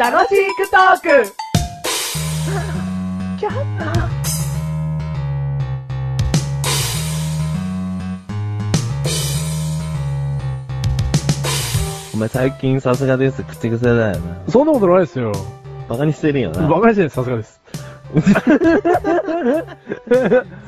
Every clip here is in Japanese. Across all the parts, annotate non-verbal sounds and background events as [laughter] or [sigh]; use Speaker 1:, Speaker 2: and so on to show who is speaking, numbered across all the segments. Speaker 1: 楽しくトーク
Speaker 2: お前最近さすがです。口癖だよな。
Speaker 3: そんなことないですよ。
Speaker 2: バカにしてるよな。
Speaker 3: バカにしてるさすがです。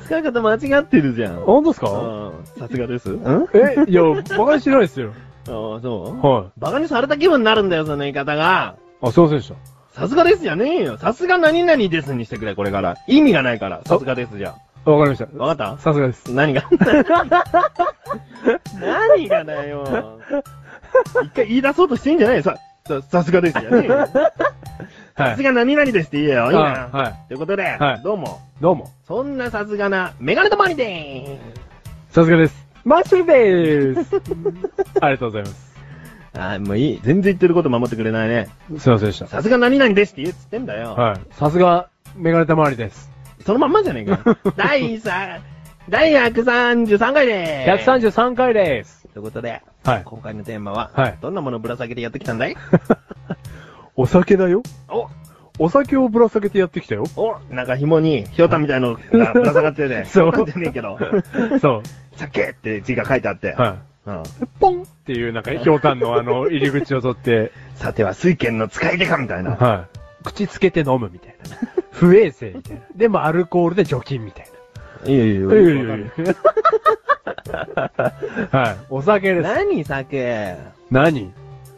Speaker 2: 使い方間違ってるじゃん。
Speaker 3: 本当ですか
Speaker 2: うんさすがです。うんあ
Speaker 3: え、いや、バカにしてないですよ。
Speaker 2: あ、そう
Speaker 3: は
Speaker 2: バカにされた気分になるんだよ、その言い方が。
Speaker 3: い。あ、すいませんでした。
Speaker 2: さすがですじゃねえよ。さすが何々ですにしてくれ、これから。意味がないから。さすがですじゃ。
Speaker 3: あわかりまし
Speaker 2: わかった
Speaker 3: た。さすがです。
Speaker 2: 何
Speaker 3: [laughs]
Speaker 2: が何がだよ。一回言い出そうとしてんじゃないよ。さ、さ、さすがですじゃねえよ。
Speaker 3: は
Speaker 2: さす
Speaker 3: い。
Speaker 2: が何々ですって言えよ。いい
Speaker 3: あ
Speaker 2: な。
Speaker 3: はい。
Speaker 2: ということで、
Speaker 3: はい
Speaker 2: どうも。
Speaker 3: どうも。
Speaker 2: そんなさすがな、メガネとマリで
Speaker 3: さすがです。マッシュルで
Speaker 2: [laughs]
Speaker 3: ーす。ありがとうございます。
Speaker 2: ーす。あー、もういい。全然言ってること守ってくれないね。
Speaker 3: すいませんでし
Speaker 2: さすが何々ですって言えっつってんだよ。
Speaker 3: た。はい。さすが、メガネたまわりです。
Speaker 2: そのまんまじゃねえか [laughs] よ。第3、第133回でーす。
Speaker 3: 133回でーす。
Speaker 2: ということで、
Speaker 3: はい。
Speaker 2: 今回のテーマは、
Speaker 3: はい
Speaker 2: どんなものをぶら下げてやってきたんだい
Speaker 3: お酒だよ。
Speaker 2: お、
Speaker 3: お酒をぶら下げてやってきたよ。
Speaker 2: お、なんか紐に、ひょうたんみたいのがぶら下がって [laughs] て、
Speaker 3: そう
Speaker 2: なんてねえけど、
Speaker 3: [laughs] そ
Speaker 2: 酒って字が書いてあって、
Speaker 3: う。は
Speaker 2: うん、
Speaker 3: い。ポンっていう、なんか、ひょうたんのあの、入り口を取って、
Speaker 2: さては水剣の使い手かみたいな。
Speaker 3: はい。口つけて飲むみたいな。 [laughs] 不衛生みたいな。でもアルコールで除菌みたい
Speaker 2: いやいやい
Speaker 3: な。 [laughs] はい。お酒です。
Speaker 2: 何酒
Speaker 3: 何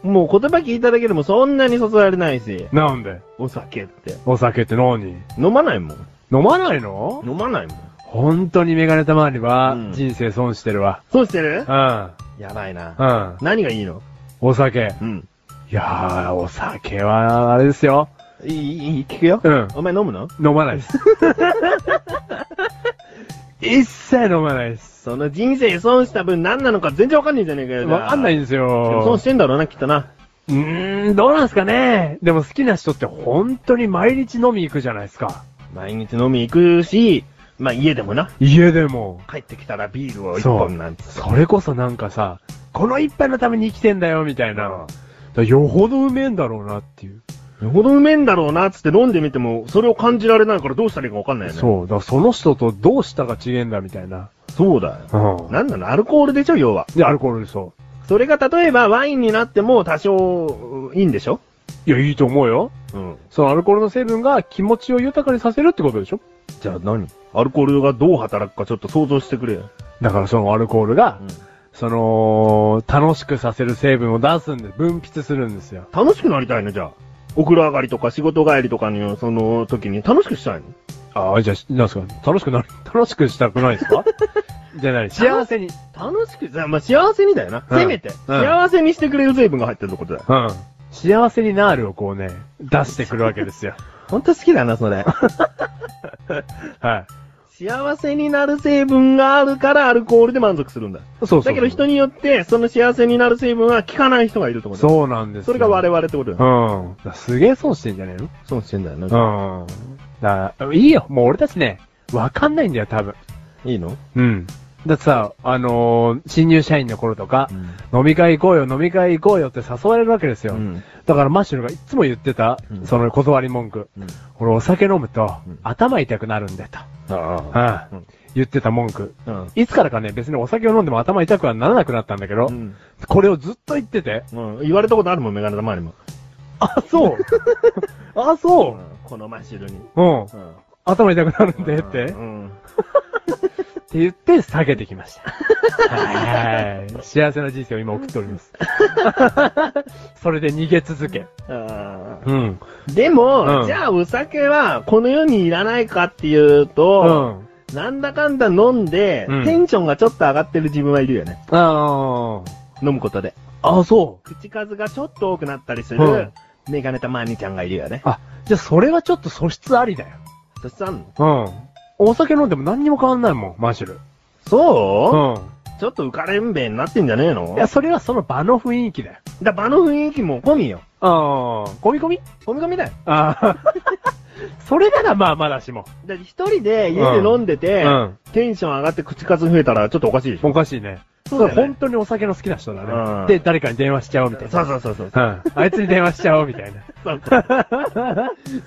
Speaker 2: もう言葉聞いただけでもそんなにそそられないし、
Speaker 3: なんで
Speaker 2: お酒って。
Speaker 3: お酒って何
Speaker 2: 飲まないもん。
Speaker 3: 飲まないの
Speaker 2: 飲まないもん。
Speaker 3: 本当にメガネたまわりは
Speaker 2: うん、
Speaker 3: 人生損してるわ。
Speaker 2: そうしてる
Speaker 3: うん。
Speaker 2: やばいな。
Speaker 3: うん。
Speaker 2: 何がいいの
Speaker 3: お酒。
Speaker 2: うん。
Speaker 3: いやー、お酒は、あれですよ。
Speaker 2: いい、いい、聞くよ。
Speaker 3: うん。
Speaker 2: お前飲むの
Speaker 3: 飲まな
Speaker 2: [laughs]
Speaker 3: いです。一切飲まないです。
Speaker 2: その人生損した分何なのか全然わかんねえじゃねえかよ。じゃあ
Speaker 3: わかんないんです
Speaker 2: でも損
Speaker 3: よ
Speaker 2: し。てんだろうな、きっとな。
Speaker 3: うーん、どうなんすかね。でも好きな人って本当に毎日飲み行くじゃないですか。
Speaker 2: 毎日飲み行くし、まあ家でもな。
Speaker 3: 家でも。
Speaker 2: 帰ってきたらビールを一
Speaker 3: そう
Speaker 2: 本なんて。
Speaker 3: それこそなんかさ、この一杯のために生きてんだよ、みたいな。
Speaker 2: うん
Speaker 3: だからよほどうめえんだろうなっていう。
Speaker 2: よほどうめえんだろうな、つって飲んでみても、それを感じられないからどうしたらいいかわかんないよね。う。
Speaker 3: そう。だからその人とどうしたが違えんだ、みたいな。
Speaker 2: そうだよ。
Speaker 3: うん。
Speaker 2: なんなのアルコールでしょ、要は。
Speaker 3: で、アルコールでそ
Speaker 2: それが例えばワインになっても多少、いいんでしょ
Speaker 3: う。いや、いいと思うよ。
Speaker 2: うん。
Speaker 3: そのアルコールの成分が気持ちを豊かにさせるってことでしょ
Speaker 2: じゃあ何アルコールがどう働くかちょっと想像してくれよ。
Speaker 3: だからそのアルコールが、その、楽しくさせる成分を出すんで、分泌するんですよ。
Speaker 2: 楽しくなりたいの、じゃあ。お風呂上がりとか仕事帰りとかのその時に楽しくしたいの
Speaker 3: ああ、じゃあ、なんすか楽しくなる、 [laughs] 楽しくしたくないですかじゃあ何幸せに。
Speaker 2: 楽しく、じゃあまあ幸せにだよな。
Speaker 3: うん
Speaker 2: せめて、
Speaker 3: うん
Speaker 2: 幸せにしてくれる成分が入ってるってことだよ。
Speaker 3: うん。幸せになーるをこうね、出してくるわけで
Speaker 2: [laughs]
Speaker 3: すよ。
Speaker 2: ほんと好きだな、それ。
Speaker 3: は
Speaker 2: [laughs] 幸せになる成分があるからアルコールで満足するんだ。
Speaker 3: い。そうそう。
Speaker 2: だけど人によって、その幸せになる成分は効かない人がいるってことだ。
Speaker 3: そうなんです
Speaker 2: そ
Speaker 3: よ
Speaker 2: れが我。々ってことだよ。
Speaker 3: うん。だからすげえ損してんじゃねえの
Speaker 2: そうしてんだよな。
Speaker 3: うん。だからいいよ。もう俺たちね、わかんないんだよ、多分。
Speaker 2: いいの
Speaker 3: うん。だってさ、あのー新入社員の頃とか、飲み会行こうよ、飲み会行こうよって誘われるわけですよ。
Speaker 2: うん
Speaker 3: だからマッシュルがいつも言ってた、
Speaker 2: うん
Speaker 3: その断り文句。
Speaker 2: うん
Speaker 3: 俺お酒飲むと、
Speaker 2: うん
Speaker 3: 頭痛くなるんだと、
Speaker 2: あ
Speaker 3: は
Speaker 2: うん
Speaker 3: 言ってた文句。
Speaker 2: あ。うん。
Speaker 3: いつからかね、別にお酒を飲んでも頭痛くはならなくなったんだけど、
Speaker 2: うん。
Speaker 3: これをずっと言ってて、
Speaker 2: うん。言われたことあるもん、メガネ玉にも。
Speaker 3: あ、 [laughs] そうあ、そ
Speaker 2: このマッシュルに。
Speaker 3: ううん。
Speaker 2: うん。
Speaker 3: 頭痛くなるんでって、
Speaker 2: う
Speaker 3: って
Speaker 2: ん。
Speaker 3: 言って下げてきました。はい。幸せな人生を今送っており [laughs] ます。それで逃げ続け。
Speaker 2: あ
Speaker 3: うん。
Speaker 2: ーでも、
Speaker 3: うん
Speaker 2: じゃあお酒はこの世にいらないかっていう
Speaker 3: う
Speaker 2: と、
Speaker 3: ん。
Speaker 2: なんだかんだ飲んで、
Speaker 3: うん
Speaker 2: テンションがちょっと上がってる自分はいるよね。
Speaker 3: あ
Speaker 2: 飲むことで。
Speaker 3: あ。あ、そう。
Speaker 2: 口数がちょっと多くなったりす
Speaker 3: う
Speaker 2: る
Speaker 3: ん、
Speaker 2: メガネたまにちゃんがいるよね。
Speaker 3: あ、じゃあそれはちょっと素質ありだよ。
Speaker 2: そしてあんの
Speaker 3: うん。お酒飲んでも何にも変わんないもん、マッシュル。
Speaker 2: そう、
Speaker 3: う
Speaker 2: ちょっと浮かれんべいになってんじゃねえの
Speaker 3: ん。いや、それはその場の雰囲気だよ。
Speaker 2: だ、場の雰囲気も込みよ。
Speaker 3: ああ。込み込み
Speaker 2: 込み込みだよ。
Speaker 3: ああ。 [laughs] それならまあまだしも。
Speaker 2: だって一人で家で飲んでて、
Speaker 3: うん。
Speaker 2: テンション上がって口数増えたらちょっとおかしいでしょ。
Speaker 3: おかしいね。
Speaker 2: そうだよね
Speaker 3: 本当にお酒の好きな人だね。
Speaker 2: うん
Speaker 3: で、誰かに電話しちゃおうみたいな。
Speaker 2: そうそうそう [laughs] そう。
Speaker 3: うん。あいつに電話しちゃおうみた [laughs] いな。
Speaker 2: そう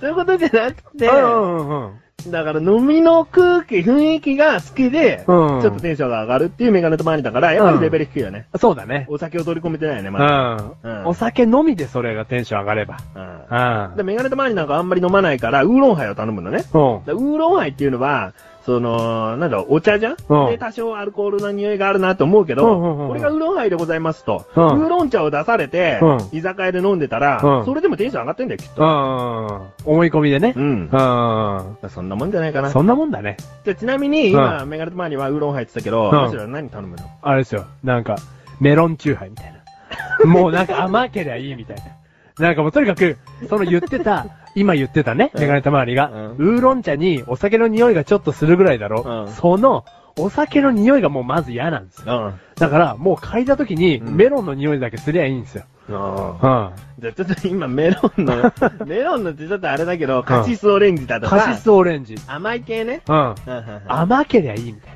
Speaker 2: そういうことじゃなくて、
Speaker 3: うんうんうん。
Speaker 2: だから飲みの空気、雰囲気が好きで、
Speaker 3: うん
Speaker 2: ちょっとテンションが上がるっていうメガネと周りだから、やっぱりレベル低いよね。
Speaker 3: そうだね。
Speaker 2: お酒を取り込めてないよね、
Speaker 3: う
Speaker 2: まだ。
Speaker 3: ん。
Speaker 2: うん
Speaker 3: お酒飲みでそれがテンション上がれば。
Speaker 2: うん
Speaker 3: うん。
Speaker 2: で、メガネと周りなんかあんまり飲まないから、ウーロンハイを頼むのね。
Speaker 3: うん。
Speaker 2: だウーロンハイっていうのは、その、なんだろう、お茶じゃん、
Speaker 3: うん
Speaker 2: で、多少アルコールの匂いがあるなと思うけど、
Speaker 3: うんうんうんうん
Speaker 2: 俺がウーロンハイでございますと、
Speaker 3: うん
Speaker 2: ウーロン茶を出されて、
Speaker 3: う
Speaker 2: 居酒屋で飲んでたら、
Speaker 3: うん
Speaker 2: それでもテンション上がってんだよ、きっと。
Speaker 3: うん。思い込みでね。
Speaker 2: うん。
Speaker 3: うん。
Speaker 2: そんなもんじゃないかな。
Speaker 3: そんなもんだね。
Speaker 2: じゃあちなみに、今、メガネと周りはウーロンハイって言ったけど、
Speaker 3: う
Speaker 2: む
Speaker 3: ん
Speaker 2: しろ何頼むの
Speaker 3: あれですよ。なんか、メロンチューハイみたいな。 [laughs] もうなんか甘けりゃいいみたいな。なんかもうとにかく、その言っ
Speaker 2: [laughs]
Speaker 3: てた、今言ってたね、
Speaker 2: うん
Speaker 3: メガネたまわりが、
Speaker 2: うん
Speaker 3: ウーロン茶にお酒の匂いがちょっとするぐらいだろ。
Speaker 2: うん
Speaker 3: その、お酒の匂いがもうまず嫌なんですよ。
Speaker 2: うん。
Speaker 3: だから、もう嗅いだ時に、
Speaker 2: うん
Speaker 3: メロンの匂いだけすりゃいいんですよ。
Speaker 2: あ
Speaker 3: う
Speaker 2: あ
Speaker 3: ん。
Speaker 2: じゃあちょっと今メロンの、
Speaker 3: [laughs]
Speaker 2: メロンのってちょっとあれだけど、カシスオレンジだとか、
Speaker 3: カシスオレンジ。
Speaker 2: 甘い系ね。
Speaker 3: うん。
Speaker 2: うんうんうん
Speaker 3: 甘けりゃいいみたいな。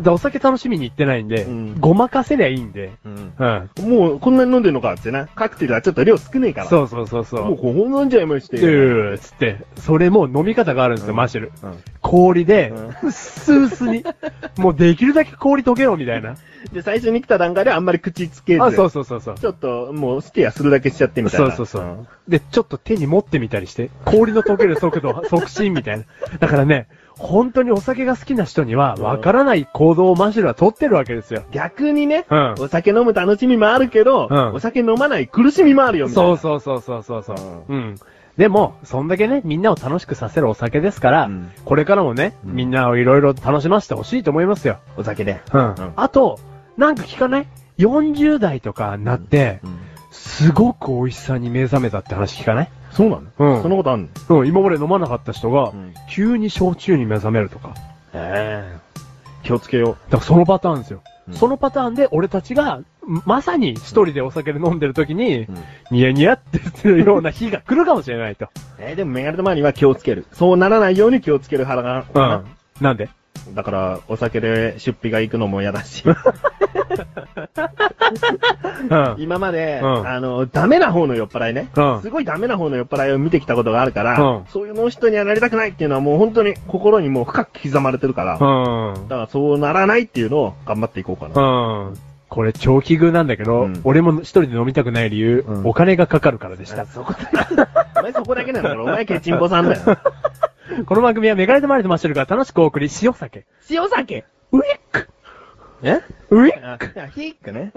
Speaker 3: で、お酒楽しみに行ってないんで、
Speaker 2: うん
Speaker 3: ごまかせりゃいいんで、
Speaker 2: うん
Speaker 3: うん。
Speaker 2: うんもうこんなに飲んでんのかってな。カクテルはちょっと量少ねえから。
Speaker 3: そうそうそうそう。
Speaker 2: もうこう飲んじゃいました
Speaker 3: って
Speaker 2: よ。
Speaker 3: いうつって、それもう飲み方があるんですよ、
Speaker 2: うん
Speaker 3: マシュル。
Speaker 2: うん
Speaker 3: 氷で
Speaker 2: うん、
Speaker 3: うっすうす [laughs] に、もうできるだけ氷溶けろみたいな。
Speaker 2: で、最初に来た段階ではあんまり口つけず。
Speaker 3: あ、そうそうそうそう。
Speaker 2: ちょっと、もう、ステアするだけしちゃってみたい
Speaker 3: そう
Speaker 2: な。
Speaker 3: そうそう、
Speaker 2: ん
Speaker 3: で、ちょっと手に持ってみたりして、氷の溶ける速度、促進みたいな。だからね、本当にお酒が好きな人には、わからない行動をマシュルは取ってるわけですよ。
Speaker 2: 逆にね、
Speaker 3: うん
Speaker 2: お酒飲む楽しみもあるけど、
Speaker 3: うん
Speaker 2: お酒飲まない苦しみもあるよ、みたいな。
Speaker 3: そうそうそうそうそうそう。うん。でも、そんだけね、みんなを楽しくさせるお酒ですから、
Speaker 2: うん
Speaker 3: これからもね、
Speaker 2: うん
Speaker 3: みんなをいろいろ楽しませてほしいと思いますよ。
Speaker 2: お酒で。
Speaker 3: うん
Speaker 2: うん
Speaker 3: あと、なんか聞かない ?40 代とかになって、すごく美味しさに目覚めたって話聞かない
Speaker 2: そうなの
Speaker 3: うん
Speaker 2: そんなことあんの
Speaker 3: うん、今まで飲まなかった人が、
Speaker 2: うん
Speaker 3: 急に焼酎に目覚めるとか。
Speaker 2: ええ気をつけよ
Speaker 3: だからそのパターンですよ。
Speaker 2: うん
Speaker 3: そのパターンで俺たちが、まさに一人でお酒で飲んでる時に、
Speaker 2: うん
Speaker 3: ニヤニヤってするような日が来るかもしれないと。
Speaker 2: えーでもメガネと周りは気をつける。そうならないように気をつける腹が。
Speaker 3: うん。なんで
Speaker 2: だから、お酒で出費が行くのも嫌だし。
Speaker 3: うん。
Speaker 2: 今まで、
Speaker 3: うん
Speaker 2: あの、ダメな方の酔っ払いね、
Speaker 3: うん
Speaker 2: すごいダメな方の酔っ払いを見てきたことがあるから、
Speaker 3: うん
Speaker 2: そういうの人にはなりたくないっていうのはもう本当に心にもう深く刻まれてるから、だ
Speaker 3: うん。
Speaker 2: からそうならないっていうのを頑張っていこうかな。
Speaker 3: うん。これ、長期遇なんだけど、
Speaker 2: うん
Speaker 3: 俺も一人で飲みたくない理由、
Speaker 2: うん
Speaker 3: お金がかかるからでし
Speaker 2: あ
Speaker 3: た。
Speaker 2: そこだお前そこだけなんだから、お前ケチンコさんだよ。
Speaker 3: この番組はメガネとマリとマッシュルが楽しくお送り、塩酒。
Speaker 2: 塩酒
Speaker 3: ウィック
Speaker 2: え
Speaker 3: ウィッ
Speaker 2: あ、ヒックね。